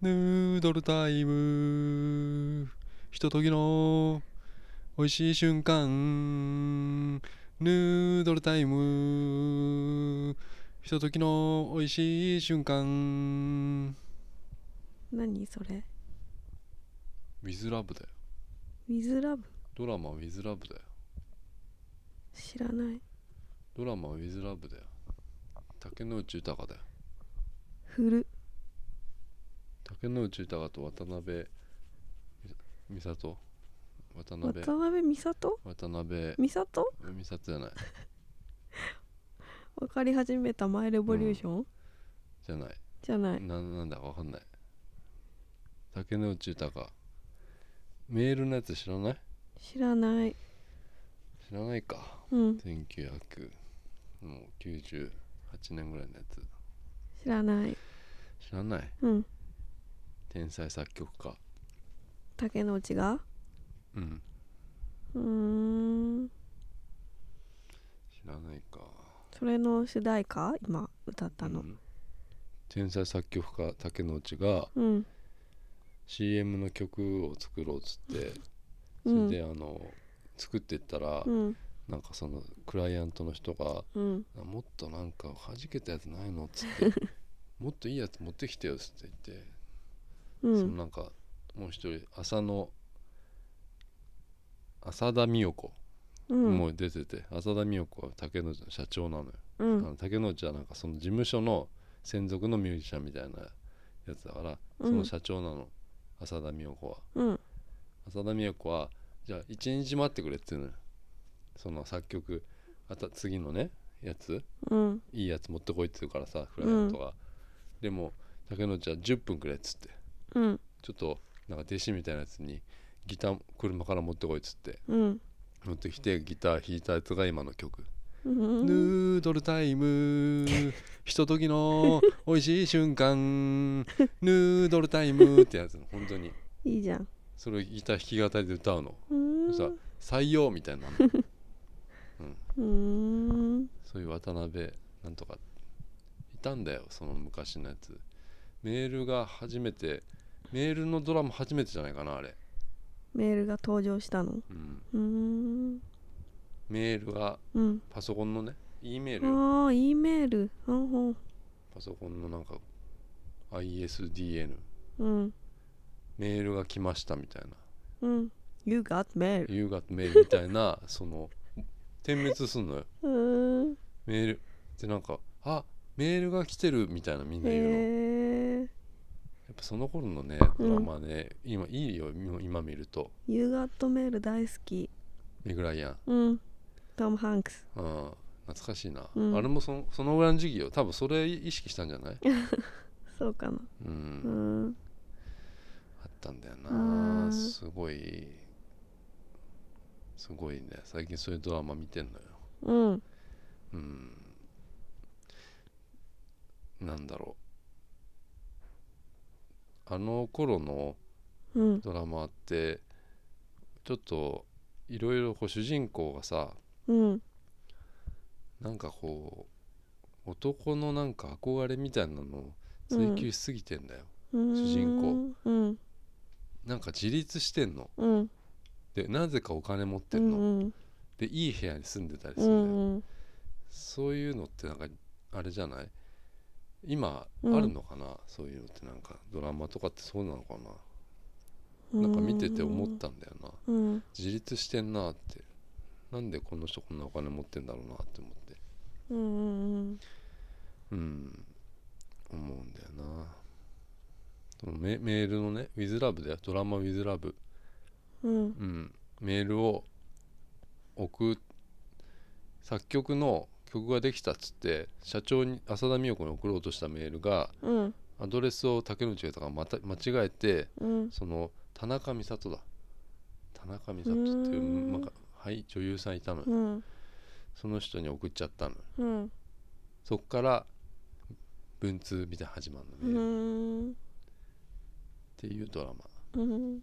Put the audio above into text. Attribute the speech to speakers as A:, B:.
A: ヌードルタイムひとときの美味しい瞬間ヌードルタイムひとときの美味しい瞬間
B: 何それ
A: ウィズラブだよ
B: ウィズラブ
A: ドラマウィズラブだよ
B: 知らない
A: ドラマウィズラブだよ竹野内豊だよ
B: 古
A: 竹野内豊と渡辺美里渡辺
B: 渡辺美里
A: 渡辺
B: 美里
A: 美里じゃない
B: 分かり始めたマイレボリューション、
A: じゃない
B: じゃない
A: ななんだわかんない竹野内豊メールのやつ知らない
B: 知らない
A: 知らないか
B: うん
A: 1998年ぐらいのやつ
B: 知らない
A: 知らない
B: うん
A: 天才作曲家
B: 竹之内が
A: うん
B: うーん
A: 知らないか
B: それの主題歌今歌った
A: う
B: の
A: ん天才作曲家竹野内が
B: うん
A: CM の曲を作ろうっつってそ
B: うん
A: れであの作ってったら
B: うん
A: なんかそのクライアントの人が
B: うん
A: あもっとなんか弾けたやつないのっつって もっといいやつ持ってきてよっつって言って、
B: う
A: その
B: ん
A: なんかもう一人浅野浅田美代子、
B: うん
A: もう出てて浅田美代子は竹野内の社長なのよ、あ
B: うん
A: の竹野内はなんかその事務所の専属のミュージシャンみたいなやつだから
B: うん
A: その社長なの、浅田美代子は
B: うん
A: 浅田美代子はじゃあ一日待ってくれって言うのよその作曲あた次のねやつ、
B: うん
A: いいやつ持ってこいって言うからさクライアントが、でも竹野内は10分くれっつって
B: うん
A: ちょっとなんか弟子みたいなやつにギター車から持ってこいっつって
B: うん
A: 持ってきてギター弾いたやつが今の曲
B: うん
A: ヌードルタイ ムひとときの美味しい瞬 間ヌードルタイムってやつ本当に
B: いいじゃん
A: それをギター弾き語りで歌うの
B: うーん
A: そしたら
B: う
A: 採用みたいなの
B: ーん
A: そういう渡辺なんとかいたんだよその昔のやつメールが初めてメールのドラマ初めてじゃないかなあれ、
B: メールが登場したの
A: うん、
B: うーん
A: メールが
B: うん
A: パソコンのね E メールよ
B: ああ E メールうんうん
A: パソコンのなんか ISDN
B: うん
A: メールが来ましたみたいな
B: うん。You got mail.
A: 夕方メールみたいなその点滅すんのよ
B: うーん。
A: メールでなんかあメールが来てるみたいなみんな言うの、
B: へえ。
A: やっぱその頃のね
B: うん
A: ドラマね、今いいよ今見ると
B: You got mail 大好き。
A: メグライアン
B: うん。トム・ハンクス。
A: うん懐かしいな、
B: うん
A: あれもそのそのぐらいの時期よ多分それ意識したんじゃない
B: そうかな。
A: う
B: うんーん。
A: あったんだよな、
B: うん
A: すごいすごいね最近そういうドラマ見てんのよ
B: うん。
A: うんなんだろうあの頃の
B: うん。
A: ドラマってちょっといろいろこう主人公がさ
B: うん。
A: なんかこう男のなんか憧れみたいなのを追求しすぎてんだよ、主人
B: 公。うん。
A: なんか自立してんの
B: うん。
A: でなぜかお金持っ
B: う
A: てんの、
B: ん。
A: でいい部屋に住んでたりす
B: う
A: るんだよ、
B: ん。
A: そういうのってなんかあれじゃない今あ
B: うん
A: るのかな、そういうのってなんかドラマとかってそうなのかななんか見てて思ったんだよな
B: うん。
A: 自立してんなってなんでこの人こんなお金持ってんだろうなって思って
B: うん。うん。
A: うん思うんだよなそのメメールのね「WithLove」だよドラマ「WithLove」
B: うん。
A: うん、メールを送っ作曲の曲ができたっつって社長に浅田美代子に送ろうとしたメールが
B: うん。
A: アドレスを竹野内豊がまた間違えて
B: うん。
A: その田中美里だ田中美里っていう
B: うーん
A: まあはい、女優さんいたのよ
B: うん。
A: その人に送っちゃったのよ
B: うん。
A: そっから文通みたいな始まるのメールっ
B: うん。
A: ていうドラマ
B: うん。